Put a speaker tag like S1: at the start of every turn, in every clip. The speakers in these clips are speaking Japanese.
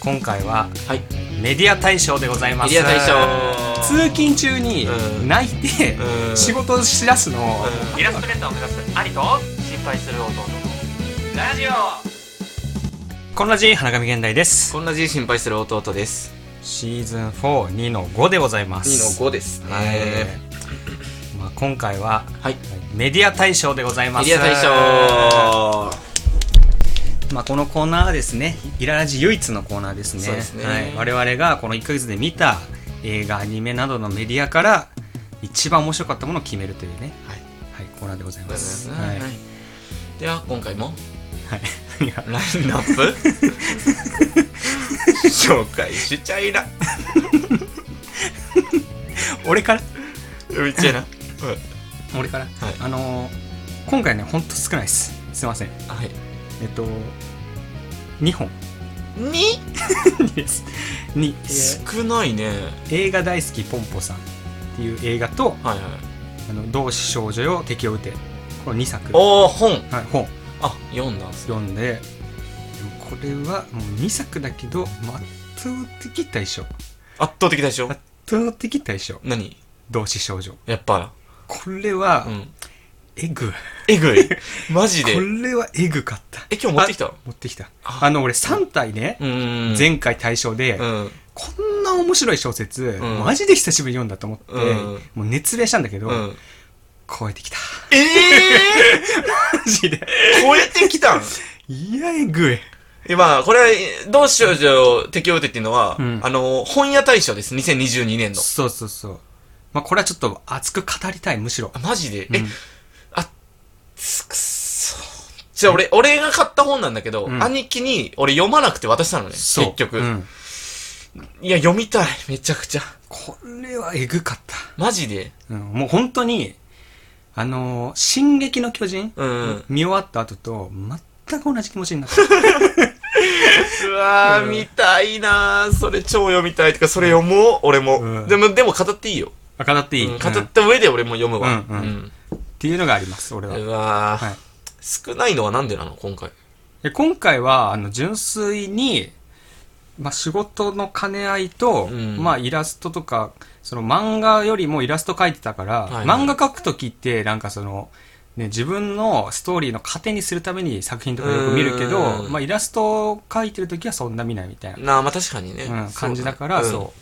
S1: 今回は
S2: はい
S1: メディア大賞でございます
S2: メディア大賞
S1: 通勤中に
S2: うん
S1: 泣いて、
S2: うん
S1: 仕事をしだすのを、
S3: イラストレーターを目指す兄と心配する弟のラジオ
S1: こんなじ花神現代です
S2: こんなじ心配する弟です
S1: シーズン42の5でございます
S2: 2の5ですね
S1: はい、まあ、今回は
S2: はい
S1: メディア大賞でございま
S2: メ
S1: す
S2: ディア大賞
S1: まあ、このコーナーはですねイララジ唯一のコーナーですね
S2: そうですね
S1: はい、我々がこの1ヶ月で見た映画アニメなどのメディアから一番面白かったものを決めるというね、
S2: はい
S1: はい、コーナーでございます、
S2: は
S1: はいい
S2: では今回も
S1: はい、いや
S2: ラインナップ紹介しちゃいな
S1: 俺から
S2: めっちゃいな
S1: 俺から、
S2: はい
S1: あのー今回ねほんと少ないですすいません
S2: はい
S1: えっと2本
S2: に
S1: ですに
S2: 少ないね
S1: 映画大好きポンポさんっていう映画と
S2: はいはい
S1: 「あの同志少女よ敵を撃て」この2作、は
S2: おお本
S1: い、本
S2: あ読んだんすね
S1: 読んででもこれはもう2作だけど圧倒的大賞
S2: 圧倒的でしょ
S1: 圧倒的大賞
S2: 何
S1: 同志少女
S2: やっぱ
S1: これは
S2: うん
S1: エグ、
S2: えぐいマジで
S1: これはエグかった
S2: え今日持ってきた
S1: あ持ってきた
S2: あ
S1: あの俺3体ね、
S2: うん
S1: 前回大賞で、
S2: うん
S1: こんな面白い小説、
S2: ん
S1: マジで久しぶりに読んだと思って、
S2: うん
S1: もう熱弁したんだけど、
S2: うん
S1: 超えてきた
S2: ええ
S1: マジ で
S2: ー、超えてきたん
S1: いやえぐい
S2: 今、これ、同志少女適応手っていうのは、
S1: うん
S2: あの、本屋大賞です。2022年の。
S1: そうそうそうまあこれはちょっと熱く語りたいむしろ
S2: あ、マジで、
S1: う
S2: え
S1: ん、
S2: あ、つくっそ。じゃあ俺、俺が買った本なんだけど、
S1: うん
S2: 兄貴に俺読まなくて渡したのね。
S1: そう
S2: 結局、
S1: うん
S2: いや、読みたい。めちゃくちゃ。
S1: これはえぐかっ
S2: マジで。
S1: た。うん、もう本当に、あのー進撃の巨人、
S2: うん。
S1: 見終わった後と、全く同じ気持ちにな っ
S2: うわー、
S1: うん
S2: 見たいなー。それ超読みたい。てか、それ読もう、俺も、
S1: うん
S2: でも、でも語っていいよ。
S1: た。語っていい、
S2: うん
S1: うん
S2: 語
S1: っ
S2: った上で俺も読むわ。
S1: うんうんていうのがあります、俺
S2: う
S1: は。
S2: んうわー、
S1: はい
S2: 少ないのはなんでなの今回。
S1: で今回は、あの、純粋に、まあ、仕事の兼ね合いと、
S2: うん
S1: まあ、イラストとか、その漫画よりもイラスト描いてたから、
S2: はいはい
S1: 漫画描くときって、なんかその、ね、自分のストーリーの糧にするために作品とかよく見るけど、
S2: うん
S1: まあ、イラストを描いてるときはそんな見ないみたいな。
S2: なあ、まあ確かにね。
S1: うん、感じだからそ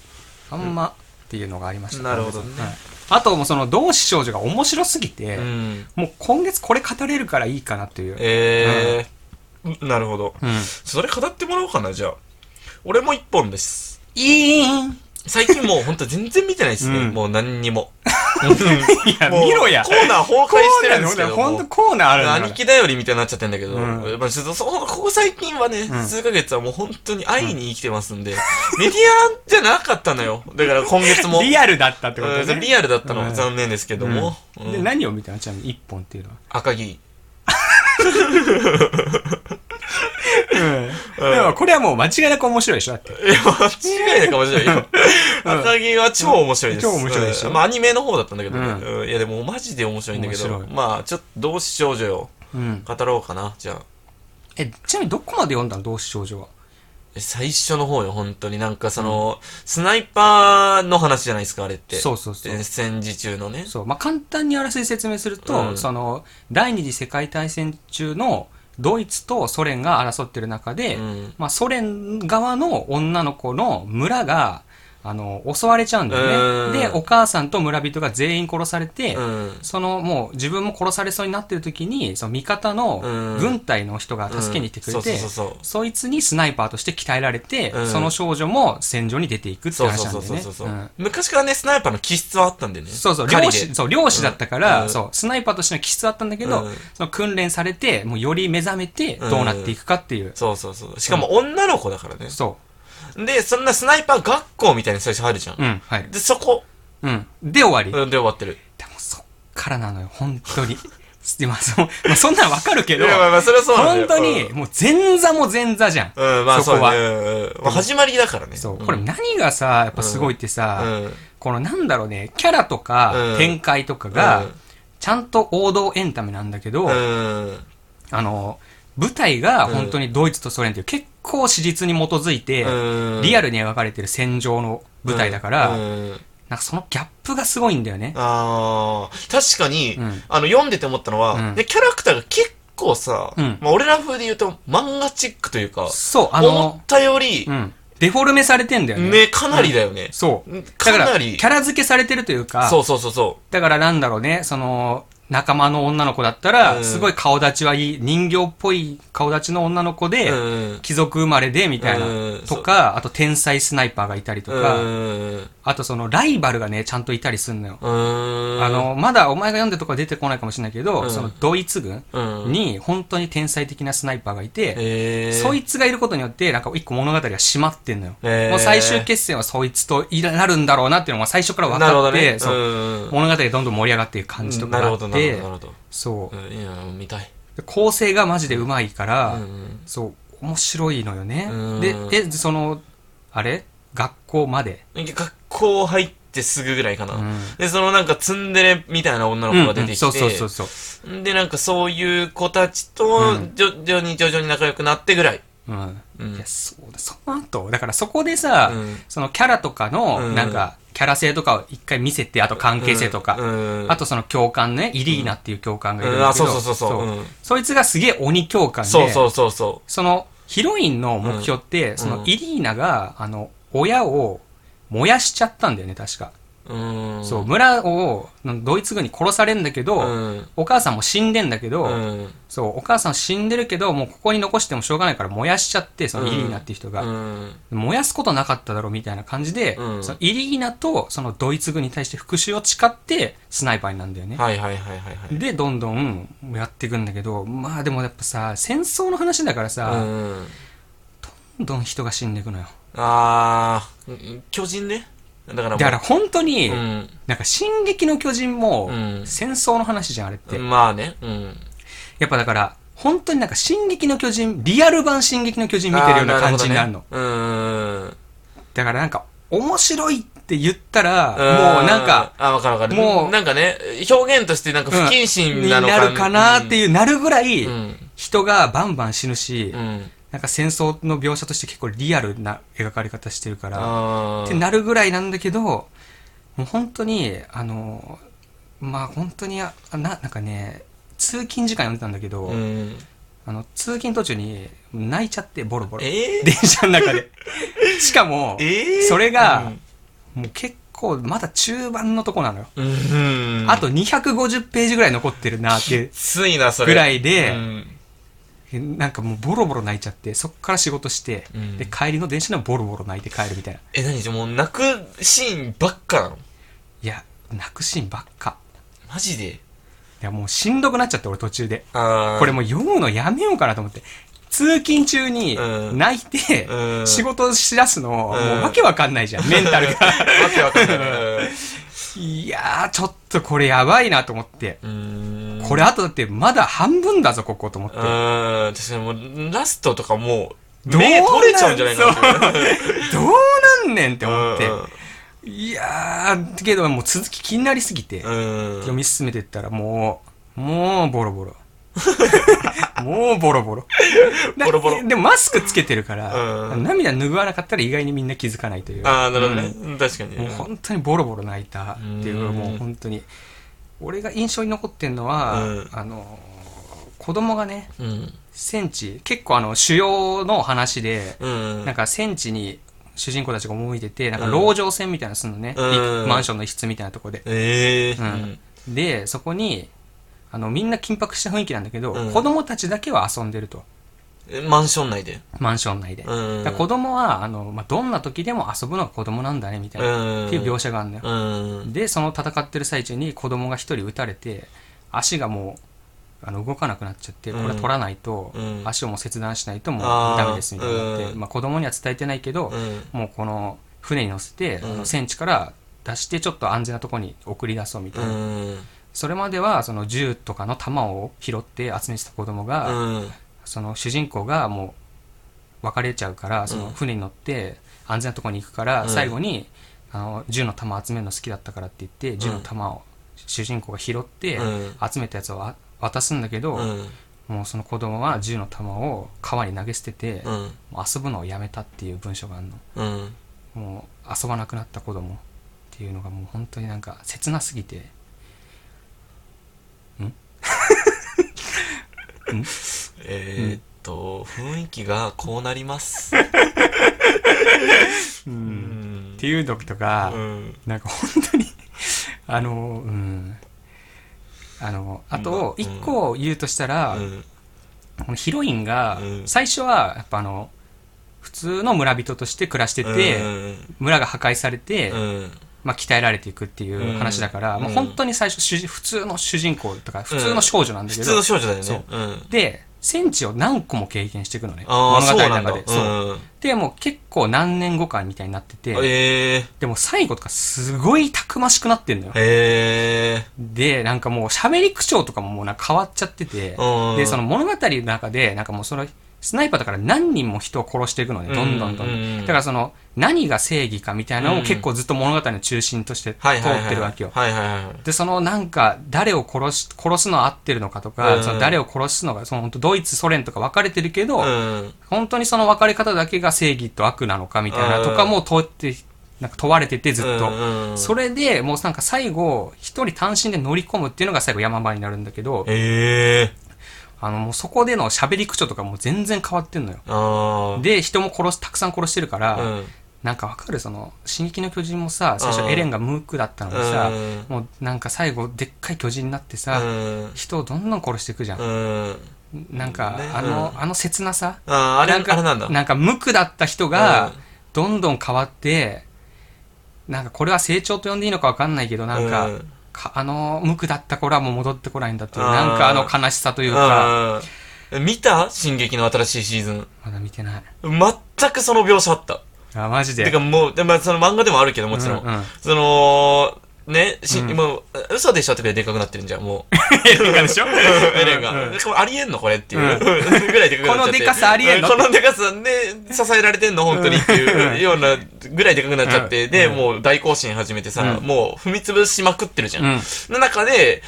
S1: う,、あんまっていうのがありました、
S2: なるほどね
S1: はいあともうその同志少女が面白すぎて、
S2: うん。うん
S1: もう今月これ語れるからいいかなっていう、
S2: えーなるほど。
S1: うん、
S2: それ語ってもらおうかな、じゃあ。俺も一本です。
S1: いいん
S2: 最近もうほんと全然見てないですね。
S1: うん
S2: もう何にも。
S1: いや
S2: もう
S1: 見ろや
S2: コーナー崩壊してるんですけども。
S1: 本当コーナーあるんだから
S2: 兄貴だよりみたいになっちゃってんだけど、
S1: うん
S2: まあちょっとそこここ最近はね、
S1: ん
S2: 数ヶ月はもう本当に愛に生きてますんで、メディアじゃなかったのよ。だから今月も。
S1: リアルだったってことね、
S2: うんリアルだったの
S1: う
S2: も
S1: ん
S2: 残念ですけども。うん
S1: で何を見たのちなみに一本っていうのは、
S2: 赤木。
S1: うん、でもこれはもう間違いなく面白いでしょだって
S2: いや、間違いないかもしれな いよ。赤木は超面白いです。
S1: うん超面白いでしょ
S2: うんまあ、アニメの方だったんだけどね。
S1: う
S2: うんいや、でもマジで面白いんだけど
S1: 面白。い
S2: まあ、ちょっと、同志少女よ。
S1: うん
S2: 語ろうかな、じゃあ。
S1: えちなみにどこまで読んだの同志少女は
S2: 最初の方よ、本当に。なんかその、スナイパーの話じゃないですか、あれって。
S1: そうそうそう
S2: で戦時中のね。
S1: そう、まあ、簡単にあらすじ説明すると、
S2: うん
S1: その第二次世界大戦中のドイツとソ連が争ってる中で、
S2: うん
S1: まあ、ソ連側の女の子の村があの襲われちゃうんだよね、
S2: うん
S1: でお母さんと村人が全員殺されて、
S2: うん。
S1: そのもう自分も殺されそうになってる時にその味方
S2: うん
S1: の軍隊の人が助けに来てくれて、
S2: うんそうそうそうそう
S1: そいつにスナイパーとして鍛えられて、
S2: うん
S1: その少女も戦場に出ていくって
S2: そう
S1: 話
S2: そ
S1: なん
S2: う
S1: だよ
S2: そう
S1: ね
S2: そうそう、
S1: うん
S2: 昔からね、スナイパーの気質はあったんだよね。
S1: そうそう、
S2: 狩
S1: 漁
S2: りで
S1: 師、そう、漁師だったから、
S2: うん
S1: そう、スナイパーとしての気質だったんだけど、
S2: うん
S1: その訓練されて、もうより目覚めて、
S2: うん
S1: どうなっていくかっていう。
S2: そうそうそう。しかも女の子だからね。
S1: そ
S2: で、そんなスナイパー学校みたいに最初入るじゃん。
S1: う。うん、はい。
S2: で、そこ、
S1: うん。で終わり。でも、
S2: うんで終わってる。
S1: そっからなのよ、本当に。 でまあ、そまあそんなんわかるけ
S2: い
S1: ど
S2: や、、まあまあ、それはそうなんだ
S1: 本
S2: よ
S1: 当に、もう前座も前座じゃん。
S2: うん、うんまあ
S1: そ
S2: そう
S1: こは
S2: ね。うんうんまあ始まりだからね。
S1: そう。
S2: ん
S1: これ何がさ、やっぱすごいってさ、
S2: うん
S1: このなんだろうね、キャラとか
S2: うん、
S1: 展開とかが、
S2: うん
S1: ちゃんと王道エンタメなんだけど、
S2: うん。
S1: あの、舞台が本当にドイツとソ連っていう結構史実に基づいて、リア
S2: ル
S1: ルに描かれてる戦場の舞台だから、
S2: うん
S1: なんかそのギャップがすごいんだよね。
S2: あー確かに、
S1: うん
S2: あの、読んでて思ったのは、
S1: うん
S2: でキャラクターが結構さ、
S1: うん
S2: まあ、俺ら風で言うと漫画チックというか、
S1: そう、あ
S2: 思
S1: の
S2: っ、たより
S1: う、ん。デフォルメされてんだよね。
S2: ね、かなりだよね。
S1: そう。だ
S2: か
S1: から、
S2: な
S1: キ
S2: り。
S1: ャラ付けされてるというか、
S2: そうそうそうそ
S1: だからなんだろうね、その、仲間の女の子だったら、
S2: うん
S1: すごい顔立ちはいい、人形っぽい顔立ちの女の子
S2: う。
S1: で、
S2: うん。
S1: 貴族生まれで、みたいな。
S2: うん
S1: とか、あと天才スナイパーがいたりと
S2: う
S1: か、
S2: ん。
S1: あとそのライバルがね、ちゃんといたりすんのよ。
S2: うん。
S1: あ、の、まだお前が読んでるとこは出てこないかもしれないけど、
S2: うん
S1: そのドイツ軍
S2: うん。、
S1: に本当に天才的なスナイパーがいて、
S2: えー、
S1: そいつがいることによって、なんか一個物語が締まってんのよ。
S2: えー
S1: もう最終決戦はそいつといらなるんだろうなっていうのが最初から分
S2: なる
S1: か
S2: ほど
S1: って、
S2: ね。
S1: そう
S2: うん。
S1: 物語がどんどん盛り上がっていく感じとか
S2: な
S1: が
S2: る
S1: あ
S2: ほ
S1: って、
S2: ど、なるほど、なるほど。、
S1: そううん
S2: いや、見たい。
S1: で構成がマジでうまいから、
S2: うん。
S1: そう、面白いのよね
S2: うん。
S1: で、え、その、あれ学校まで。
S2: 学校入ってすぐぐらいかな。
S1: うん
S2: で、そのなんかツンデレみたいな女の子が出てきて、
S1: うんうんそうそうそうそ
S2: で、なんかそういう子たちと
S1: う、ん
S2: じょ徐々に徐々に仲良くなってぐらい。
S1: う。うん。
S2: うん
S1: いや、そうだ、その後、だからそこでさ、
S2: うん
S1: そのキャラとか
S2: う
S1: の、
S2: ん
S1: なんか、キャラ性とかを一回見せて、あと関係性とか、
S2: うんうん
S1: あとその教官ね、イリーナっていう教官がいるん
S2: うん
S1: だ
S2: あ
S1: けど、
S2: そうそうそうそううん
S1: そいつがすげえ鬼教官で、
S2: そうそうそうそ
S1: そのヒロインの目標って、そのイリーナが、あの、親を燃やしちゃったんだよね、確か。
S2: う。うん。
S1: そう、村をドイツ軍に殺されんだけど、
S2: うん。
S1: お母さんも死んでんだけど、
S2: うん。
S1: そう、お母さん死んでるけど、もうここに残してもしょうがないから燃やしちゃって、そのイリーナっていう人が。
S2: うん。
S1: 燃やすことなかっただろうみたいな感じで、
S2: うん
S1: そのイリーナとそのドイツ軍に対して復讐を誓ってスナイパーになるんだよね。
S2: はいはいはいはいはい。
S1: で、どんどんやっていくんだけど、まあでもやっぱさ、戦争の話だから
S2: う
S1: さ、
S2: ん。
S1: どんどん人が死んでいくのよ。
S2: あー、巨人ね。だからもう
S1: だから本当に、
S2: うん。
S1: なんか、進撃の巨人も
S2: うん、
S1: 戦争の話じゃん、あれって。
S2: まあね。うん。
S1: やっぱだから、本当になんか、進撃の巨人、リアル版進撃の巨人見てるような感じになるの。
S2: あーるほどね
S1: だからなんか、面白いって言ったら、
S2: うん。
S1: もうなんか、、
S2: あ、わかるわかる。
S1: もう
S2: なんかね、表現としてなんか不謹慎
S1: にな
S2: なのか
S1: るかなって
S2: い
S1: いう、なるぐらい、
S2: うん。
S1: 人がバンバン死ぬし、
S2: うん。
S1: なんか戦争の描写として結構リアルな描かれ方してるから、
S2: あ
S1: って
S2: ー
S1: なるぐらいなんだけど、もう本当に、あの、まあ本当に、あな、なんかね、通勤時間読んでたんだけど、
S2: うん。
S1: あの、通勤途中に泣いちゃって、ボロボロ。
S2: えー
S1: 電車の中 で。しかも、
S2: えー
S1: それが、もう結構、まだ中盤のとこなのよ。
S2: うん。
S1: あと250ページぐらい残ってるなっていう
S2: ついな、それ。
S1: ぐらいで
S2: うん
S1: なんかもうボロボロ泣いちゃって、そっから仕事して、
S2: うん
S1: で、帰りの電車でもボロボロ泣いて帰るみたいな。
S2: え、何もう泣くシーンばっかなの
S1: いや、泣くシーンばっか。
S2: マジで
S1: いや、もうしんどくなっちゃって、俺途中で。
S2: あー
S1: これもう読むのやめようかなと思って。通勤中に
S2: うん
S1: 泣いて、
S2: うん
S1: 仕事しだすの、もう
S2: うん
S1: わけわかんないじゃ ん、メンタルが。
S2: わけわかんない。
S1: いやー、ちょっとこれやばいなと思って。
S2: うん。
S1: これあとだってまだ半分だぞ、ここと思って
S2: う。ん。確かにもう、ラストとかもう、
S1: どうなん
S2: 目取れちゃうんじゃないかなっていう
S1: どうなんねんって思って。いやー、けどもう続き気になりすぎて、
S2: うん。
S1: 読み進めてったらもう、もうボロボ ロ。もうボロボロ。
S2: ボロボロ
S1: なでもマスクつけてるから、
S2: うん
S1: 涙拭わなかったら意外にみんな気づかないという。
S2: ああ、なるほど
S1: うん
S2: ね。うん確かに。
S1: もう本当にボロボロ泣いたっていう、
S2: うん
S1: もう本当に俺が印象に残ってるのは、
S2: うん
S1: あの子供がね
S2: うん。
S1: 戦地結構あの主要の話で、
S2: うん。
S1: なんか戦地に主人公たちが赴いててなんか籠城戦みたいなのするのね、
S2: うん
S1: いマンションの一室みたいなとこで、
S2: ええ
S1: うん
S2: ー。
S1: でそこにあのみんな緊迫した雰囲気なんだけど、
S2: うん
S1: 子供たちだけは遊んでると
S2: うん。マンション内で。
S1: マンション内で、
S2: うん。
S1: だから子供はあの、まあ、どんな時でも遊ぶのが子供なんだねみたいな、
S2: うん。
S1: っていう描写があるんだよ、
S2: うん。
S1: でその戦ってる最中に子供が一人撃たれて足がもうあの動かなくなっちゃってこ
S2: うん
S1: れ取らないと、
S2: うん
S1: 足をもう切断しないともう
S2: あー
S1: ダメですみたいになって、
S2: うん
S1: まあ、子供には伝えてないけど、
S2: うん。
S1: もうこの船に乗せて、
S2: うん
S1: あの戦地から出してちょっと安全なとこに送り出そうみたいな、
S2: うん。
S1: それまではその銃とかの弾を拾って集めてた子供が、
S2: うん。
S1: その主人公がもう別れちゃうからその船に乗って安全なところに行くから、
S2: うん
S1: 最後にあの銃の弾集めるの好きだったからって言って銃の弾を主人公が拾って
S2: うん
S1: 集めたやつをわ渡すんだけど、
S2: うん
S1: もうその子供は銃の弾を川に投げ捨てて、
S2: う
S1: も
S2: ん。
S1: う遊ぶのをやめたっていう文章があるの
S2: うん。
S1: もう遊ばなくなった子供っていうのがもう本当になんか切なすぎて
S2: えーっと、雰囲気がこうなります。
S1: う
S2: うんん
S1: っ。ていうのとか、
S2: うん。
S1: なんか本当に あのうんあのあと
S2: うん
S1: 一個言うとした
S2: う
S1: ら、
S2: ん。
S1: このヒロインが
S2: うん
S1: 最初はやっぱあの普通の村人として暮らしてて、
S2: うん
S1: 村が破壊されて、
S2: うん。
S1: まあ、鍛えられていくっていう話だから、
S2: うん
S1: もう本当に最初主人普通の主人公とか普通の少女なんだけ
S2: 普
S1: ど、
S2: 通の少女だよ
S1: そ
S2: ね
S1: う。
S2: うん。
S1: で戦地を何個も経験していくのね
S2: あ
S1: 物
S2: あ、そう
S1: 語の
S2: なんだ。
S1: 中
S2: う。
S1: でそうんでもう結構何年後かみたいになってて、
S2: ええ。
S1: でも最後とかすごいたくましくなってんのよ
S2: ええ。
S1: でなんかもう喋り口調とかももうなんか変わっちゃってて
S2: うん
S1: でその物語の中でなんかもうそのスナイパーだから何人も人を殺していくのねどんどんどんど
S2: うんうんうんん
S1: だからその何が正義かみたいなのを結構ずっと物語の中心として通
S2: はいはいはい
S1: ってるわけよ
S2: はいはいはい。
S1: でそのなんか誰を殺し殺すのは合ってるのかとか、
S2: うん
S1: その誰を殺すのがその本当ドイツソ連とか分かれてるけど、
S2: うん。
S1: 本当にその分かれ方だけが正義と悪なのかみたいな
S2: うん
S1: とかも問ってなんか問われててずっと、
S2: うんうん
S1: それでもうなんか最後一人単身で乗り込むっていうのが最後山場になるんだけど
S2: ええ。
S1: あのもうそこでの喋り口調とかもう全然変わってんのよ
S2: ああ。
S1: で人も殺すたくさん殺してるから、
S2: うん、
S1: なんかわかるその「進撃の巨人」もさ最初エレンがムークだったのにさ、
S2: う
S1: もうなんか最後でっかい巨人になってさ、
S2: ん。
S1: 人をどんどん殺していくじゃん、
S2: うん。
S1: なんか、
S2: ね
S1: あの、
S2: うん
S1: あの切なさ
S2: あーあれ、
S1: な
S2: あ
S1: んか
S2: れなんだ。
S1: なんか無垢だった人
S2: う
S1: が
S2: ん
S1: どんどん変わってなんかこれは成長と呼んでいいのかわかんないけどなんか,、
S2: うん
S1: かあの無垢だった頃はもう戻ってこないんだっていう
S2: あー
S1: なんかあの悲しさというか
S2: うん見た進撃の新しいシーズン。
S1: まだ見てない
S2: 全くその描写あった。
S1: あマジで
S2: てかもう、でまあ、その漫画でもあるけどもちろん。
S1: うんうん
S2: その、ね、し、
S1: うん
S2: もう、嘘でしょってくらいでかくなってるんじゃん、もう。
S1: エレンがでしょ
S2: エレンが。
S1: うん
S2: しかもありえんのこれっていう。
S1: うん
S2: ぐらいでかくなっ
S1: こ
S2: ちゃって。
S1: のでかさありえんの
S2: うこのでかさで支えられてんの本当にっていうようなぐらいでかくなっちゃって。
S1: うん
S2: で、
S1: うん
S2: もう大行進始めてさ、
S1: うん
S2: もう踏み潰しまくってるじゃん。
S1: うん
S2: の中で、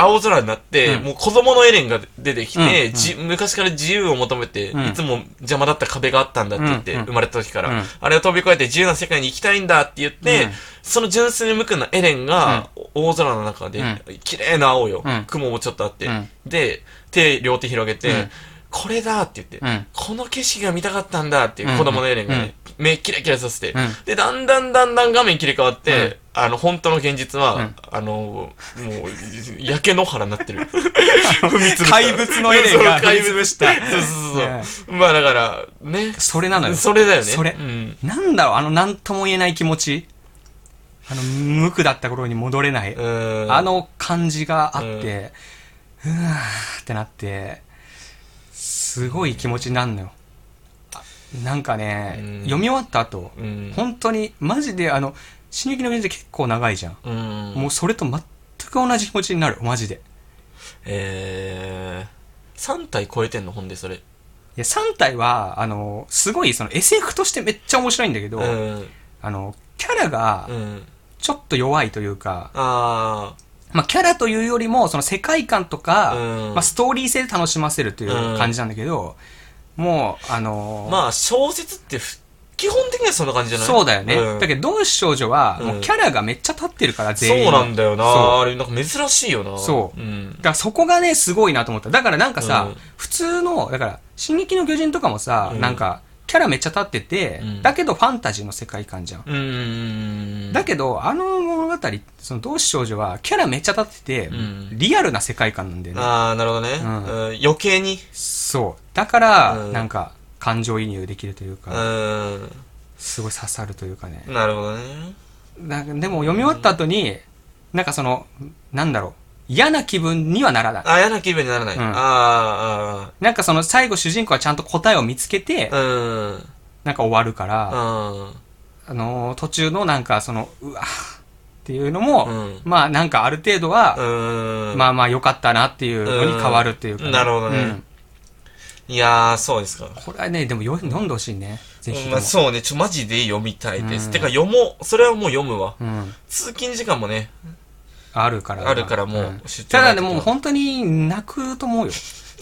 S2: 青空になって、
S1: うん
S2: もう子供のエレンが出てきて、
S1: うん
S2: じ昔から自由を求めて、
S1: うん
S2: いつも邪魔だった壁があったんだって言って、
S1: うんうん
S2: 生まれた時から、
S1: うん
S2: あれを飛び越えて自由な世界に行きたいんだって言って、
S1: うん
S2: その純粋無垢なエレンが、大空の中で、
S1: うん
S2: 綺麗な青よ、
S1: うん
S2: 雲もちょっとあって、
S1: うん
S2: で、手両手広げて、
S1: うん
S2: これだって言って、
S1: うん
S2: この景色が見たかったんだっていう、
S1: うん
S2: 子供のエレンがね、目キラキラさせて、
S1: うん
S2: で、だんだんだんだん画面切り替わって、
S1: うん
S2: あの、本当の現実は、
S1: うん
S2: あの、もう、焼け野原にな ってる。踏み潰した
S1: 怪物のエレンが
S2: そう怪
S1: 踏み潰
S2: 物
S1: した
S2: そうそうそう。
S1: ね
S2: まあだから、ね。
S1: それなのよ
S2: それだよね。
S1: それ
S2: うん。
S1: なんだろうあの何とも言えない気持ちあの無垢だった頃に戻れない、
S2: うん
S1: あ、の感じがあって、うわーってなって、すごい気持ちになるのよ。あなんかね、
S2: うん
S1: 読み終わった後、
S2: うん。
S1: 本当に、マジで、あの、進撃の現実結構長いじゃん。
S2: うん。
S1: もうそれと全く同じ気持ちになる、マジで。い
S2: えー、3体超えてんの、ほんで、それ。
S1: や、3体は、あの、すごい、その SF としてめっちゃ面白いんだけど、
S2: うん。
S1: あの、キャラが
S2: うん。
S1: ちょっと弱いというか、
S2: あ
S1: まあ、キャラというよりも、その世界観とか、
S2: うん
S1: まあ、ストーリー性で楽しませるという感じなんだけど、もう、あの
S2: ー。
S1: ー
S2: まあ、小説ってふ、基本的にはそんな感じじゃない
S1: そうだよね。
S2: うん
S1: だけど、同志少女は、
S2: うん
S1: もうキャラがめっちゃ立ってるから、全員。
S2: そうなんだよな。
S1: そ
S2: あれ、なんか珍しいよな。
S1: そう
S2: う
S1: う。
S2: ん
S1: だ。からそこがね、すごいなと思った。だからなんかさ、
S2: うん
S1: 普通の、だから、進撃の巨人とかもさ、
S2: うん
S1: なんか、キャラめっちゃ立ってて、
S2: うん
S1: だけどファンタジーの世界観じゃん。
S2: うーん。
S1: だけど、あの物語、その同志少女は、キャラめっちゃ立ってて、
S2: うん
S1: リアルな世界観なんだよね。
S2: ああ、なるほどね。
S1: う
S2: うんん、余計に。
S1: そう。だから、
S2: うん
S1: なんか、感情移入できるという
S2: う
S1: か、
S2: ーん。
S1: すごい刺さるというかね。
S2: なるほどね。
S1: なんかでも読み終わった後に、なんかその、なんだろう、嫌な気分にはならない。
S2: あ嫌な気分にならない。
S1: うん
S2: ああ
S1: なんかその最後主人公はちゃんと答えを見つけて
S2: あ、あ、うん。うん。
S1: なんか終わるから、あのー途中のなんかその、うわっていうのも、
S2: うん
S1: まあなんかある程度は、
S2: うん。
S1: まあまあ良かったなっていうのに変わるっていうかね、
S2: うんなるほどね
S1: うん
S2: いやー、そうですか。
S1: これはね、でもよ読んでほしいね。ぜひとも。
S2: まあ、そうね。ちょ、マジで読みたいです。
S1: うん
S2: てか、読もう。それはもう読むわ。
S1: うん
S2: 通勤時間もね。
S1: あるから。
S2: あるからもう出張
S1: ただ
S2: ない
S1: ね、
S2: 時は
S1: もう本当に泣くと思うよ。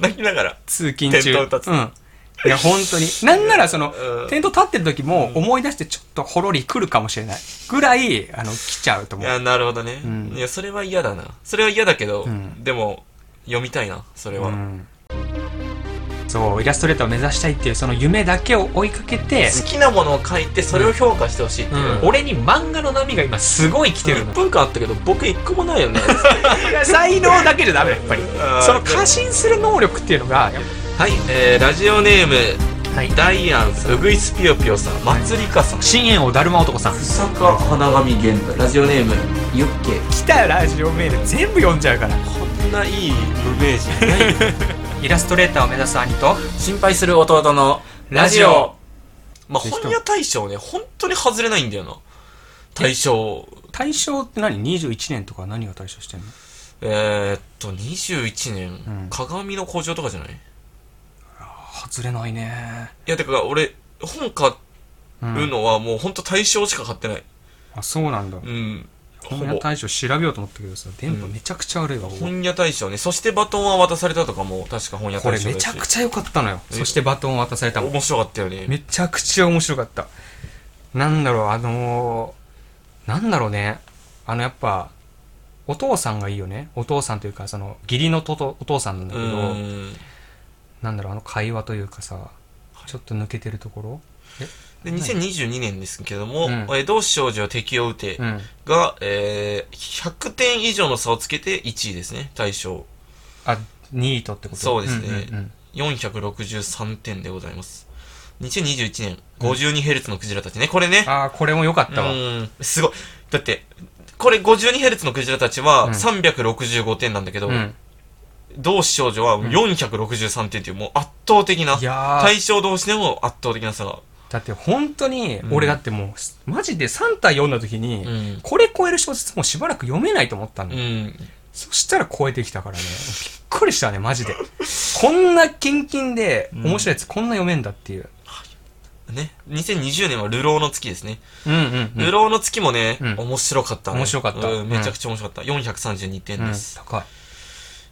S2: 泣きながら。
S1: 通勤中。
S2: テント立
S1: う
S2: つ
S1: ん。いや、本当に。なんなら、その
S2: うん、
S1: テント立ってる時も思い出してちょっとほろり来るかもしれない。ぐらい、あの、来ちゃうと
S2: い
S1: 思う。
S2: や、なるほどね。
S1: うん
S2: いや、それは嫌だな。それは嫌だけど、
S1: うん
S2: でも、読みたいな、それ
S1: う
S2: は。
S1: んそう、イラストレーターを目指したいっていう、その夢だけを追いかけて、
S2: 好きなものを書いて、それを評価してほしいっていう。
S1: うん
S2: 俺に漫画の波が今すごい来
S1: てるの
S2: 1分間あったけど、僕一個もないよね。
S1: 才能だけじゃダメ、やっぱり。 その過信する能力っていうのが、
S2: はい、えー、ラジオネーム、
S1: はい
S2: ダイアンさん、うぐいすぴよぴよさん、まつりかさん、
S1: 深淵王だるま男さん。
S2: 坂花神玄太、ラジオネーム、ユッケ。
S1: 来たよ、ラジオメール全部読んじゃうから。
S2: こんないい無名人ない。
S1: イラストレーターを目指す兄と、
S2: 心配する弟のラジ
S1: ラジオ
S2: オ。まあ、本屋大賞ね、本当に外れないんだよな。大賞、
S1: 対象って何 ?21 年とか何が対象してんの
S2: えー、っと、21年、
S1: うん
S2: 鏡の工場とかじゃないい
S1: 外れないね。
S2: や、てか、俺、本買
S1: う
S2: うのはもう本当大賞しか買ってない。
S1: あ、そうなんだ
S2: う。ん。ほ
S1: 本屋
S2: ぼ。
S1: 大賞調べようと思ったけどさ、電波めちゃくちゃ悪いわ、ここ
S2: 本屋大賞ね。そしてバトンは渡されたとかも、確か本屋
S1: こ
S2: 大
S1: れ
S2: 賞
S1: め
S2: だ
S1: ち
S2: し
S1: ゃ。くちゃ良かったのよ。
S2: え
S1: そしてバトンを渡されたもん。
S2: 面白かったよね。
S1: めちゃくちゃ面白かった。なんだろう、あのー、なんだろうね。あの、やっぱ、お父さんがいいよね。お父さんというか、その、義理のととお父さんなんだ
S2: う
S1: けど、
S2: ん。
S1: なんだろう、あの会話というかさ、ちょっと抜けてるところ
S2: で、2022年ですけども、
S1: うん
S2: えー同志少女適応打て
S1: うん。
S2: が、えー、100点以上の差をつけて1位ですね、大賞。
S1: あ、ニートってこと
S2: そうですね
S1: んうんうん
S2: 463点でございます。2021年、52Hz のクジラたちね、これね。
S1: ああ、これも良かっ
S2: う
S1: たわ。
S2: ん、すごい。だって、これ 52Hz のクジラたち
S1: う
S2: は
S1: ん
S2: 365点なんだけど、
S1: うん、
S2: 同志少女は463点っていうもう圧倒的ない
S1: やー
S2: 対象同士でも圧倒的な差が。
S1: だって本当に
S2: う、ん
S1: 俺だってもう、マジで3対4の時に、
S2: うん。
S1: これ超える小説もうしばらく読めないと思ったん
S2: う
S1: だよ
S2: ん。
S1: そしたら超えてきたからね。びっくりしたね、マジで。こんなキンキンで、
S2: うん
S1: 面白いやつこんな読めんだっていう。
S2: ね。2020年は流浪の月ですね。
S1: うんうん、う
S2: 流
S1: ん。
S2: 浪の月もね、
S1: うん
S2: 面白かったね。
S1: 面白かった
S2: うんめちゃくちゃ面白かった。432点
S1: うん
S2: です。
S1: 高い。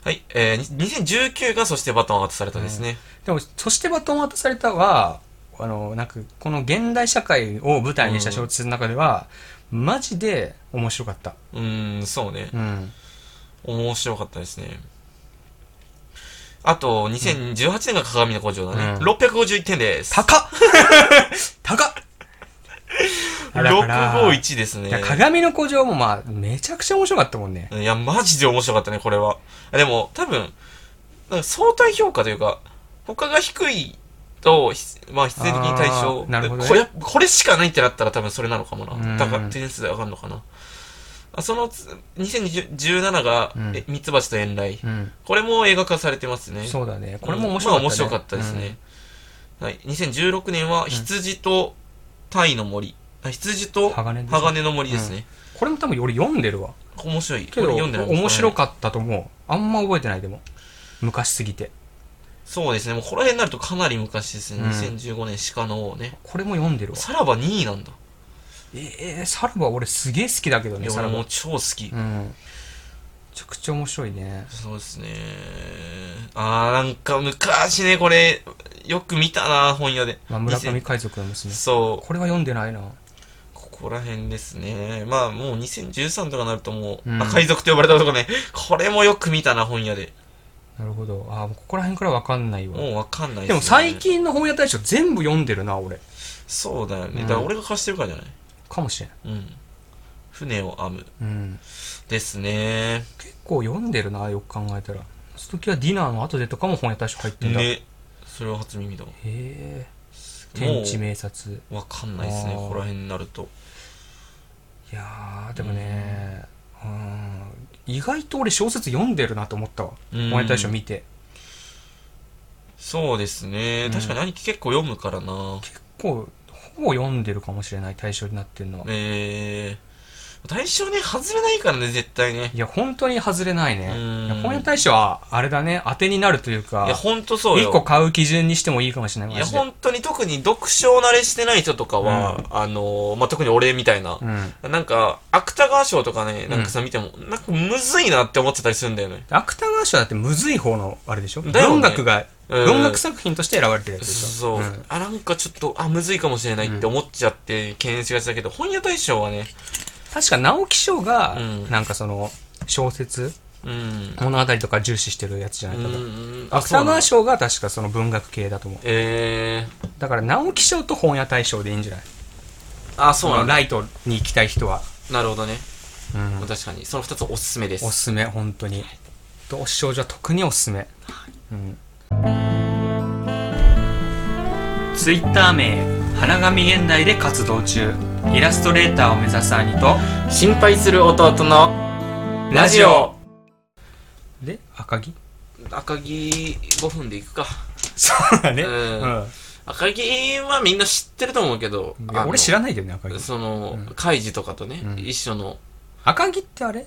S2: はい。えー、に2019がそしてバトンを渡されたですね。
S1: でも、そしてバトン渡されたは、あの、なんか、この現代社会を舞台にした小説の中では、マジで面白かった。
S2: うーん、そうね
S1: う。ん。
S2: 面白かったですね。あと、2018年が鏡の工場だ
S1: うん
S2: ね。651点です。
S1: 高っ 高っい
S2: 651ですね。
S1: や鏡の古城もまあ、めちゃくちゃ面白かったもんね。
S2: いや、マジで面白かったね、これは。あでも、多分、なんか相対評価というか、他が低いと、ひまあ、必然的に対象
S1: あ。ーなるほどね
S2: これ。これしかないってなったら多分それなのかも
S1: うん
S2: な。だから、点数で上がるのかな。あそのつ、2017が、
S1: うん
S2: えミツバチと遠雷。
S1: うん。
S2: これも映画化されてますね。
S1: そうだね。これ
S2: う
S1: も
S2: ん
S1: 面白かった、ね
S2: まあ面白かったですね。。はい。2016年は、羊とタイの森。あ羊と
S1: 鋼ですね
S2: 鋼の森ですね。
S1: うんこれも多分俺読んでるわ。
S2: 面白い。こ
S1: け
S2: れ
S1: ど、
S2: 読んでない
S1: 面白かったと思う。あんま覚えてないでも。昔すぎて。
S2: そうですね、もうこの辺になるとかなり昔ですね、
S1: うん
S2: 2015年鹿の王ね。
S1: これも読んでるわ。
S2: さらば2位なんだ。
S1: えー、サルバ俺すげえ好きだけど
S2: い
S1: ね、
S2: や、
S1: サ
S2: 俺
S1: ル
S2: も
S1: バ
S2: う。超好き。
S1: うん。めちゃくちゃ面白いね。
S2: そうですね。あー、なんか昔ね、これ、よく見たな、本屋で。
S1: まあ、村上
S2: 2000
S1: 海賊の娘。
S2: そう、
S1: これは読んでないな。
S2: ここら辺ですね。まあ、もう2013とかになるともう、
S1: うん
S2: あ海賊と呼ばれたとこね。これもよく見たな、本屋で。
S1: なるほど。ああ、もうここら辺からわかんないわ。
S2: もうわかんないすね
S1: でも最。近の本屋大賞全部読んでるな、俺。
S2: そうだよね。
S1: うん
S2: だから俺が貸してるからじゃない
S1: かもしれん。
S2: うん。船を編む。
S1: うん。
S2: ですね。
S1: 結構読んでるな、よく考えたら。その時はディナーの後でとかも本屋大賞入ってんだ。へ
S2: ね。それは初耳だわ。
S1: え。天地明察。
S2: わかんないですね、
S1: あー
S2: ここら辺になると。
S1: いやーでもねうん意外と俺小説読んでるなと思ったわ
S2: うん
S1: 本屋大賞見て
S2: そうですね、
S1: うん
S2: 確かに兄貴結構読むからな。
S1: 結構ほぼ読んでるかもしれない対象になってるのは、
S2: え大賞ね、外れないからね、絶対ね。
S1: いや、本当に外れないね。
S2: うん
S1: いや本屋大賞は、あれだね、当てになるというか
S2: いや、、ほんとそうよ。
S1: 一個買う基準にしてもいいかもしれない。
S2: い
S1: マ
S2: や、
S1: ジで
S2: 本当に特に読書慣れしてない人とかは、あのーまあ、特に俺みたいな、
S1: うん。
S2: なんか、芥川賞とかね、なんかさ、見ても、なんかむずいなって思ってたりするんだよね。
S1: 芥川賞だってむずい方のあれでしょ、
S2: だよね
S1: 文学が、
S2: うん
S1: 文学作品として選ばれてるやつでしょ
S2: そう、
S1: ん
S2: あ、なんかちょっと、あ、むずいかもしれないって思っちゃって、敬遠しがちだけど、本屋大賞はね、
S1: 確か直木賞が、
S2: うん
S1: なんかその、小説、
S2: うん。
S1: 物語とか重視してるやつじゃないかと。
S2: ん
S1: 芥川
S2: 賞
S1: 賞が確かその文学系だと思う。
S2: え
S1: だから直木賞と本屋大賞でいいんじゃない
S2: ー、あ、そうなんだ。
S1: ライトに行きたい人は。
S2: なるほどね。
S1: うん
S2: 確かに。その二つおすすめです。
S1: おすすめ本当に同志少女は特におすすめ、うん、ツイッター名花神現代で活動中イラストレーターを目指す兄と
S2: 心配する弟のラジオ
S1: で赤木
S2: 赤木5分でいくか。
S1: そうだね
S2: う
S1: うんん、
S2: 赤木はみんな知ってると思うけど、
S1: いや俺知
S2: ら
S1: らないけどね赤木
S2: その
S1: うん、
S2: カイジとかとね、
S1: うん
S2: 一緒の、
S1: 赤木ってあれ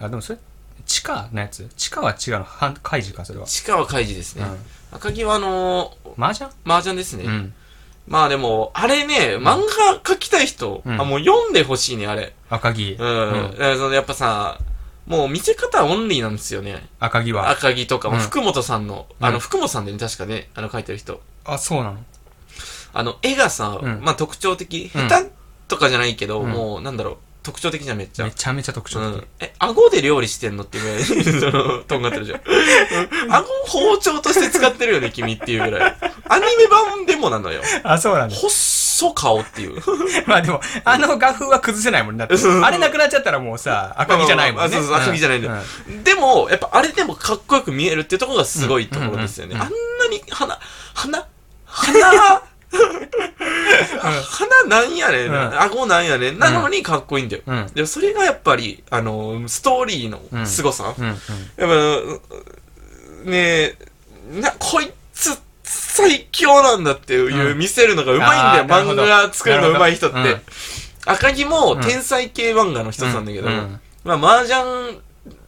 S1: あでもそれ地下のやつ地下は違うの反開示かそれは
S2: 地下はカイジですね。
S1: うん
S2: 赤木はあのー、
S1: 麻雀
S2: 麻雀ですね。
S1: うん
S2: まあでも、あれね、漫画描きたい人、
S1: うん
S2: あもう読んでほしいね、あれ。
S1: 赤木、
S2: うん。
S1: うん
S2: だからそのやっぱさ、もう見せ方オンリーなんですよね。
S1: 赤木は
S2: 赤木とか、
S1: うん
S2: 福本さんの、
S1: うん
S2: あの、福本さんでね、確かね、あの、描いてる人。
S1: あそうなの
S2: あの、絵がさ、
S1: うん
S2: まあ特徴的。
S1: うん
S2: 下手とかじゃないけど、
S1: うん
S2: もう、なんだろう、特徴的じゃん、めっちゃ。
S1: めちゃめちゃ特徴
S2: う
S1: 的、
S2: ん、え、顎で料理してんのっていうぐらい、その、 とんがってるじゃん。顎を包丁として使ってるよね、君っていうぐらい。アニメ版でもなのよ。
S1: あそうなんだ
S2: 細顔って いう。
S1: まあでも、あの画風は崩せないもんね。だって
S2: そうそう
S1: あれなくなっちゃったらもうさ、赤木じゃないもんね。
S2: まあまあまあそうそう赤木じゃないんだよでも、やっぱあれでもかっこよく見えるってところがすごいところですよね。
S1: うん
S2: あんなに鼻、 鼻、鼻、鼻なんやねん、
S1: うん
S2: 顎なんやねん、なのにかっこいいんだよ。
S1: うん
S2: でもそれがやっぱり、あの、ストーリーの凄さ。
S1: うん。うん。
S2: やっぱ、ねえ、な、こいつ、最強なんだっていう、
S1: うん
S2: 見せるのがうまいんだ
S1: あーなる
S2: よ、
S1: ほ
S2: 漫
S1: ど
S2: 画作るのうまい人って。
S1: なるほど
S2: 赤木も
S1: うん
S2: 天才系漫画の一つなんだけど、
S1: うんうん
S2: まあ、麻雀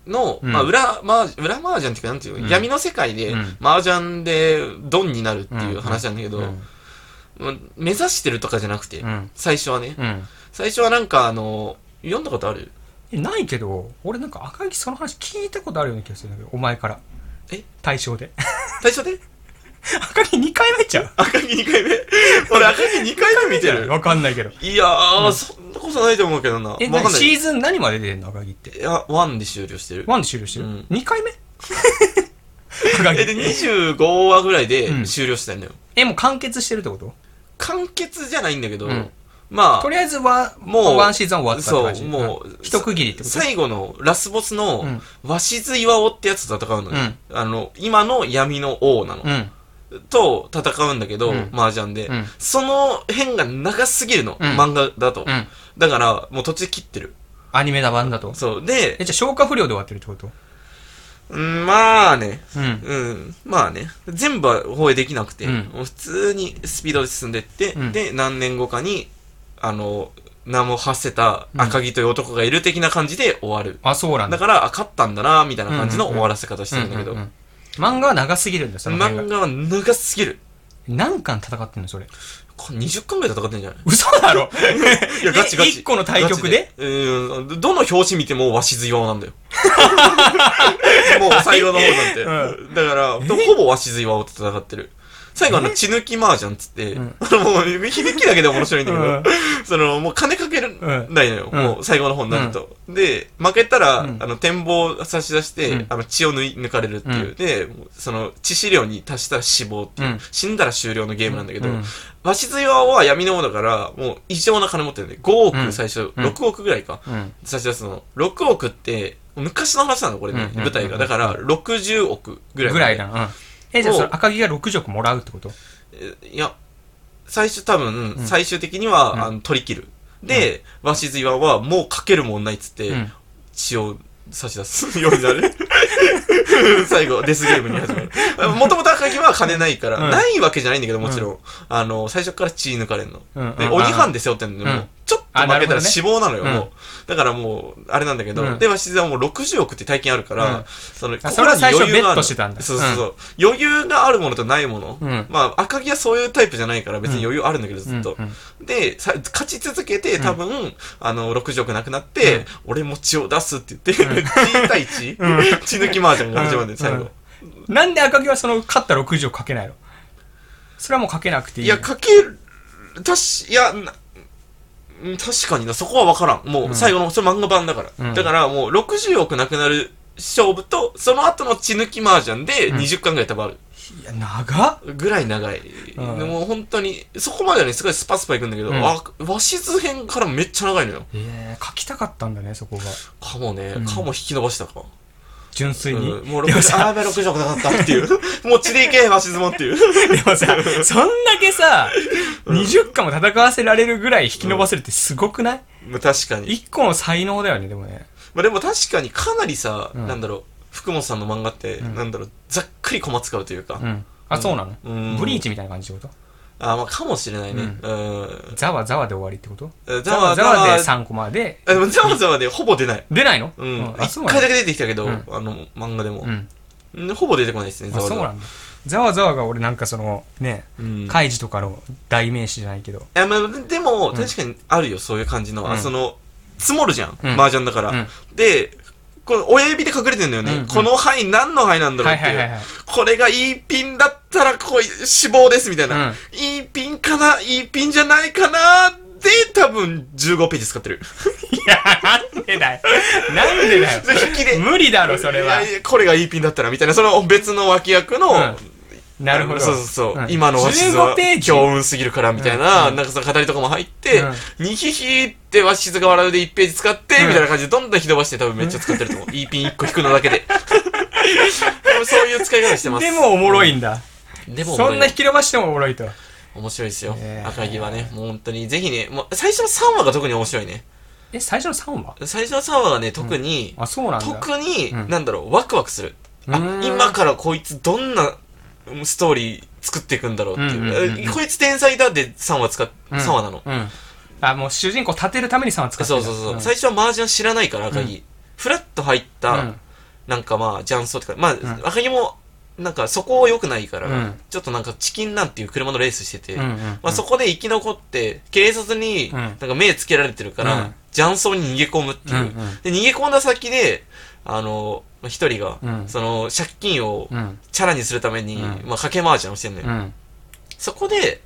S2: の、
S1: うん
S2: まあ、裏、麻雀、裏麻雀っていうか、なんていうの、
S1: うん
S2: 闇の世界で
S1: うん、
S2: 麻雀で、ドンになるっていう話なんだけど、
S1: うん。
S2: まあ目指してるとかじゃなくて、
S1: うん
S2: 最初はね。
S1: うん
S2: 最初はなんか、あの、読んだことある
S1: えないけど、俺なんか赤木その話聞いたことあるような気がするんだけど、お前から。
S2: え
S1: 対象で。
S2: 最初で
S1: 赤木2回目ちゃう
S2: 赤木2回目 俺赤木2回目見てる。
S1: わかんないけど。
S2: いやー、そんなことないと思うけどな。わか
S1: え、
S2: んな
S1: 何シ
S2: い。い
S1: ーズン何まで出てんの赤木って。
S2: や、1で終了してる。
S1: ワンで終了してる
S2: うん。
S1: 2回目 赤
S2: え、で、
S1: 木。
S2: 25話ぐらいうで
S1: ん
S2: 終了したんだよ。
S1: え、もう完結してるってこと
S2: 完結じゃないんだけど、
S1: うん
S2: ま
S1: とりあえずは、
S2: もう
S1: ワンシーズンは
S2: あ、
S1: 終わったって
S2: そ
S1: 感
S2: う、
S1: じ。
S2: も
S1: ん
S2: う、
S1: 一区切りってこと
S2: 最後のラスボスの
S1: うん、
S2: 鷲津岩尾ってやつと戦うのよ。あの、今の闇の王なの。
S1: うん。
S2: と戦うんだけど、
S1: うん
S2: 麻雀で。
S1: うん
S2: その辺が長すぎるの、
S1: うん
S2: 漫画だと。
S1: うん。
S2: だから、もう途中で切ってる。
S1: アニメだ版だと。
S2: そう。で
S1: え、、じゃあ消化不良で終わってるってこと
S2: うんまあね、
S1: うん。
S2: うん、まあね、全部は放映できなくて、
S1: うん
S2: もう普通にスピードで進んでって、
S1: うん
S2: で、何年後かに、あの、名も発せた赤木という男がいる的な感じで終わる。
S1: あ、そうなん
S2: だ
S1: だ。
S2: から、あ勝ったんだな、みたいな感じ
S1: うんうんう
S2: の
S1: ん
S2: 終わらせ方してるんだけど、
S1: うううん漫画は長すぎるんだ、その辺
S2: 漫
S1: が。
S2: 画は長すぎる。
S1: 何巻戦ってんの、それ。
S2: これ20巻ぐらい戦ってんじゃない
S1: 嘘だろ
S2: いや、ガチガチ。
S1: 一個の対局で
S2: ガチうん、どの表紙見ても鷲津用なんだよ。 もう最後の方なんて。
S1: う
S2: だから、ほぼ鷲津用と戦ってる。最後あの、血抜き麻雀っつって、
S1: うん
S2: あ のもう、響きだけで面白いんだけど、 その、もう金かける、
S1: うん
S2: ないのよ、
S1: うん
S2: もう最後の方になると。で、負けたら、
S1: うん
S2: あの、展望差し出して、
S1: うん
S2: あの、血を抜い抜かれるってい
S1: う
S2: う。
S1: ん
S2: で、もうその、致死量に達したら死亡っていう、
S1: うん
S2: 死んだら終了のゲームなんだけど、
S1: うん
S2: 鷲津岩は闇の王だから、もう異常な金持ってるんで、5
S1: う
S2: 億
S1: ん
S2: 最初、6億ぐらいか、
S1: うん。
S2: 差し出すの。6億って、昔の話なのこれね、
S1: うんうん
S2: 舞台が。だから、60億ぐらい。
S1: ぐらいだ。な。うんえ、じゃあ
S2: もう
S1: それ赤木が6色もらうってこと
S2: えいや、最終多分、
S1: うん
S2: 最終的には、
S1: うん
S2: あの取り切る。で、鷲津岩はもうかけるもんないっつって、
S1: うん
S2: 血を差し出す。ようになる。 最後、デスゲーム に始まる。もともと赤城は金ないから、
S1: うん
S2: ないわけじゃないんだけど、もちろん。あの、最初から血抜かれんの。
S1: うん
S2: で、
S1: うん
S2: 鬼班で背負ってんの
S1: う
S2: よ。
S1: ん
S2: もうちょっと
S1: あな
S2: 負
S1: る
S2: け
S1: ほど
S2: たら
S1: ね
S2: 死亡なのよ、
S1: うん
S2: もう。だからもう、あれなんだけど、
S1: うん
S2: で、鷲津はもう60億って大金あるから、
S1: うん
S2: その、こ
S1: それは最初
S2: に余裕が
S1: ベッ
S2: ある
S1: トしてたんだ
S2: そうそうそう。余裕があるものとないもの。
S1: うん
S2: まあ、赤城はそういうタイプじゃないから、別に余裕あるんだけど、ずっと。
S1: うんうん
S2: で、さ勝ち続けて、多分、あの、60億なくなって、
S1: うん
S2: 俺も血を出すって言って、血 対血、血抜き麻雀が始まるんで、最後。
S1: うんなんで赤城はその勝った60をかけないのそれはもうかけなくていい
S2: いや、かける、たし、いや、なうん確かにな、そこは分からん。も
S1: うん
S2: う、最後の、それ漫画版だから。
S1: うん
S2: だから、もう、60億なくなる勝負と、その後の血抜き麻雀で、
S1: うん
S2: 20巻ぐらい多分ある。
S1: いや長っ
S2: ぐらい長い。
S1: うん
S2: でも、本当に、そこまではね、すごいスパスパいくんだけど、
S1: うん
S2: あ、和室編からめっちゃ長いのよ。
S1: えー、書きたかったんだねそこが
S2: かもね、
S1: うん
S2: かも引き伸ばしたか。
S1: 純粋に、
S2: うんもう
S1: で
S2: 6
S1: も
S2: 時、あ
S1: さ
S2: ーべ、6時なかったっ ていう。もう地で行け、鷲相撲っていう。
S1: でもさそんだけさ、20巻も戦わせられるぐらい引き伸ばせるってすごくない、
S2: まあ 確かに。
S1: 一 ?1 個の才能だよねでもね
S2: まあでも確かにかなりさ、
S1: うん
S2: なんだろう、福本さんの漫画って、
S1: うん
S2: なんだろう、ざっくりコマ使うというか。
S1: うんあ、そうなの、
S2: うん
S1: ブリーチみたいな感じってこと
S2: あーまあかもしれないね。
S1: う
S2: うん。
S1: ざわざわで終わりってこと
S2: ざわざ
S1: ざ
S2: わ
S1: わで3コマで
S2: あでもざわざわでほぼ出ない。
S1: 出ないの
S2: うん。
S1: あそ
S2: 一
S1: うなん
S2: 回だ
S1: だ
S2: け出てきたけど、
S1: うん
S2: あの、漫画でも
S1: う。ん
S2: うんほぼ出てこないですね、ざ
S1: あ
S2: わ
S1: そ
S2: ざ
S1: う
S2: わ
S1: な。んだざわざわが俺なんかそのね
S2: うん
S1: カイジとかの代名詞じゃないけど
S2: いやまあでも、
S1: ん
S2: 確かにあるよ、そういう感じの。
S1: うん
S2: あその、積もるじゃん、
S1: うん
S2: 麻雀だから。
S1: うん
S2: で、この親指で隠れてんだよね。
S1: うんうん
S2: この範囲何の範囲なんだろうって
S1: は
S2: いう。
S1: いはいはいはい
S2: これがいいピンだったら、こう、死亡ですみたいな。
S1: うん
S2: いいピンかないいピンじゃないかなで、多分15ページ使ってる。
S1: いやなんでだよなんで だよ
S2: で引きで。
S1: 無理だろそれはい
S2: やいやこれがいいピンだったらみたいな、その別の脇役の、
S1: うんなるほど
S2: そうそうそう。
S1: ん
S2: 今の鷲津は
S1: 15ページ
S2: 強運すぎるからみたいな、なんかその語りとかも入って
S1: うん、
S2: ニヒヒって鷲津が笑うで1ページ使って、
S1: うん
S2: みたいな感じでどんどんひどばして多分めっちゃ使ってると思う。いいピン1個引くのだけで。でもそういう使い方してます。
S1: でもおもろいんだ
S2: でもおも
S1: そ
S2: ろい
S1: んな引き伸ばしてもおもろいと
S2: 面白いですよ
S1: ね。え
S2: 赤木はね、もう本当に、ぜひね、もう最初の3話が特に面白いね。
S1: え最初の3話
S2: 最初の3話がね、特に、
S1: あそうなんだ
S2: 特に、
S1: うん
S2: なんだろう、ワクワクする。あ
S1: うー、ん
S2: 今からこいつどんなうんストーリー作っていくんだろうって
S1: うんうんうん
S2: いう。えこいつ天才だって3話使っ、
S1: うん
S2: 3話なの。
S1: うんあもう主人公立てるために3話使って
S2: そ
S1: る
S2: うん
S1: だ
S2: そうそう。
S1: ん
S2: 最初は麻雀知らないから、赤木。フラッと入った、
S1: うん
S2: なんかまあ、ジャンソーとか、まあ、
S1: ん
S2: 赤木も、なんかそこ良くないから、
S1: うん
S2: ちょっとなんかチキンなんていう車のレースしてて、
S1: うんうんうん
S2: まあ、そこで生き残って、警察に
S1: うん
S2: なんか目つけられてるか
S1: う
S2: ら、
S1: ん
S2: ジャンソーに逃げ込むっていう。
S1: うんうん
S2: で、逃げ込んだ先で、あの、まあ一人が、
S1: うん
S2: その、借金を
S1: うん
S2: チャラにするために、
S1: うん
S2: まあ、賭け麻雀をしてんのよ。
S1: うん
S2: そこで、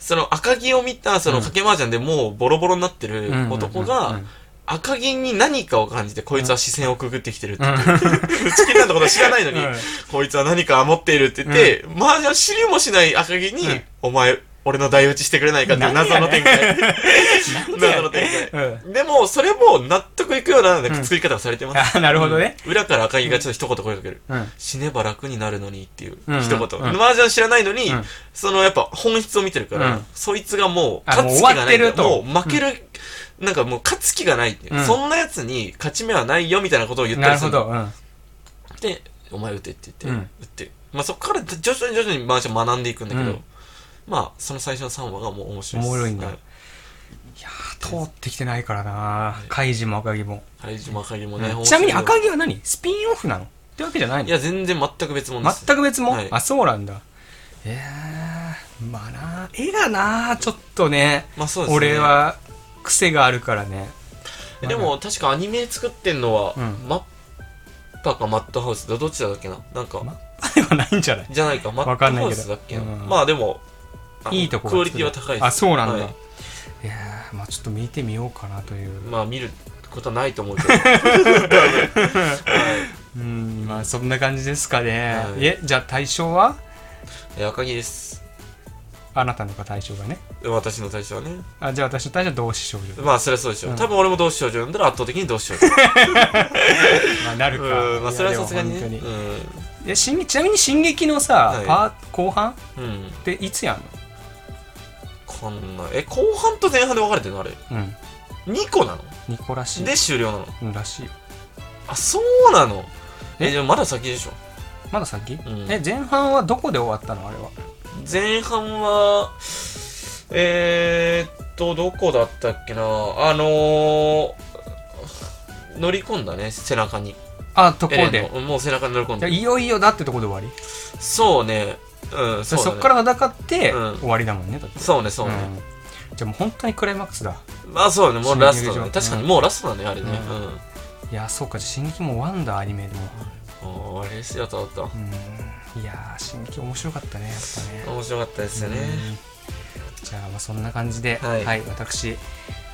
S2: その赤木を見た、その
S1: うん
S2: 賭け麻雀でもうボロボロになって
S1: う
S2: る
S1: ん
S2: 男
S1: うんう
S2: が
S1: ん、
S2: 赤木に何かを感じて、こいつは視線をくぐってきてるって言って。チキンなんてことは知らないのに
S1: うん、
S2: こいつは何か持っているって言って、麻雀知りもしない赤木に
S1: うん、
S2: お前、俺の代打ちしてくれないかっていう謎の展開。謎の展
S1: うん
S2: 開。でも、それも納得いくようななんか作り方がされてます。
S1: あなるほどね
S2: うん。裏から赤木がちょっと一言声かける。
S1: うん
S2: 死ねば楽になるのにっていう
S1: うん
S2: 一言、
S1: うん
S2: 麻雀知らないのに、
S1: うん
S2: そのやっぱ本質を見てるから、
S1: うん
S2: そいつがもう
S1: あ
S2: 勝つ気がないんだ
S1: もう終わってると
S2: もう負ける、なんかもう勝つ気がないっていう、
S1: うん
S2: そんなやつに勝ち目はないよみたいなことを言った
S1: な
S2: り
S1: る
S2: す
S1: ほ
S2: る
S1: どうん
S2: でお前打てって言って、
S1: うん
S2: 打って、まあ、そこから徐々に徐々に麻雀学んでいくんだけど、
S1: うん
S2: まあその最初の3話がもう面白い
S1: おもろいんだ
S2: はい
S1: 通ってきてないからなカイジも赤城も
S2: 原島赤城もね、面白いよ
S1: ちなみに赤城は何スピンオフなのってわけじゃない
S2: い
S1: の
S2: や全然全く別物です
S1: 全く別も、
S2: はい
S1: あそうなんだいやーまあな絵がなちょっとね
S2: まあそうですね
S1: 俺は癖があるからね
S2: えでも確かアニメ作ってんのは、
S1: うん
S2: マッパかマッドハウスだどっちだっけななんか、
S1: マあれはないんじゃない
S2: じゃないかマ
S1: わ
S2: ッ
S1: か
S2: ド
S1: んない
S2: ハ
S1: け
S2: ウ
S1: ど
S2: スだっけな、
S1: うん
S2: まあでもあの
S1: いいとこが
S2: クオリティは高いです
S1: あそうなんだ、
S2: はい
S1: い、やーまあちょっと見てみようかなという
S2: まあ見ることはないと 思うけどはい
S1: うんまあそんな感じですかね、
S2: はい
S1: えじゃあ対象は
S2: え赤木です
S1: あなたのか対象がね
S2: 私の対象はね
S1: あじゃあ私の対象は同志 少女、
S2: まあそりゃそうでしょ、
S1: うん
S2: 多分俺も同志少女読んだら圧倒的に同 志少女
S1: まあ、なるか
S2: うんまあそれはさすがに
S1: い
S2: ね
S1: やでも本当
S2: うん
S1: にえ進撃ちなみに「進撃」のさ、
S2: はい
S1: パー後半
S2: うん
S1: っていつやんの
S2: こんなえ後半と前半で分かれてるのあれ
S1: うん
S2: 2個なの
S1: ニコらしい
S2: で終了なの
S1: うんらしいよ
S2: あそうなのえ、でもまだ先でしょ。
S1: まだ先、
S2: ん
S1: え、前半はどこで終わったのあれは。
S2: 前半は、えー、っと、どこだったっけなあのー、乗り込んだね、背中に。
S1: あ、とこ
S2: エレ
S1: ろ
S2: ン
S1: で。
S2: のもう背中に乗り込ん
S1: じゃ
S2: だ
S1: あ。いよいよだってとこで終わり。
S2: そうね。うん、
S1: そ
S2: そうだね、
S1: っから裸って、
S2: うん
S1: 終わりだもんね、だって。
S2: そうね、そうね。
S1: うんじゃあもう本当にクライマックスだ。
S2: まあそうね、もうラスト
S1: 新
S2: だ
S1: 劇
S2: ね。
S1: 場
S2: 確かにもうラストだね、あれね。
S1: う
S2: うん
S1: ん。いや、そうか、じゃあ進撃もワンダーアニメでも。
S2: あーあれですよ、とった。
S1: うん。いやー、進撃面白かったね、やっぱね。
S2: 面白かったですよね。
S1: うんじゃあまあそんな感じで、は、
S2: はいい
S1: 私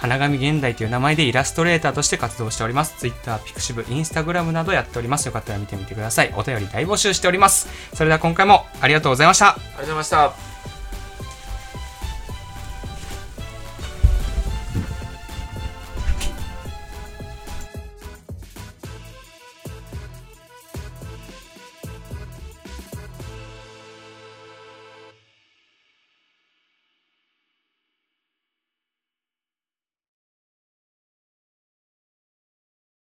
S1: 花神現代という名前でイラストレーターとして活動しております。Twitter、Pixiv、Instagram などやっております。よかったら見てみてください。お便り大募集しております。それでは今回もありがとうございました。
S2: ありがとうございました。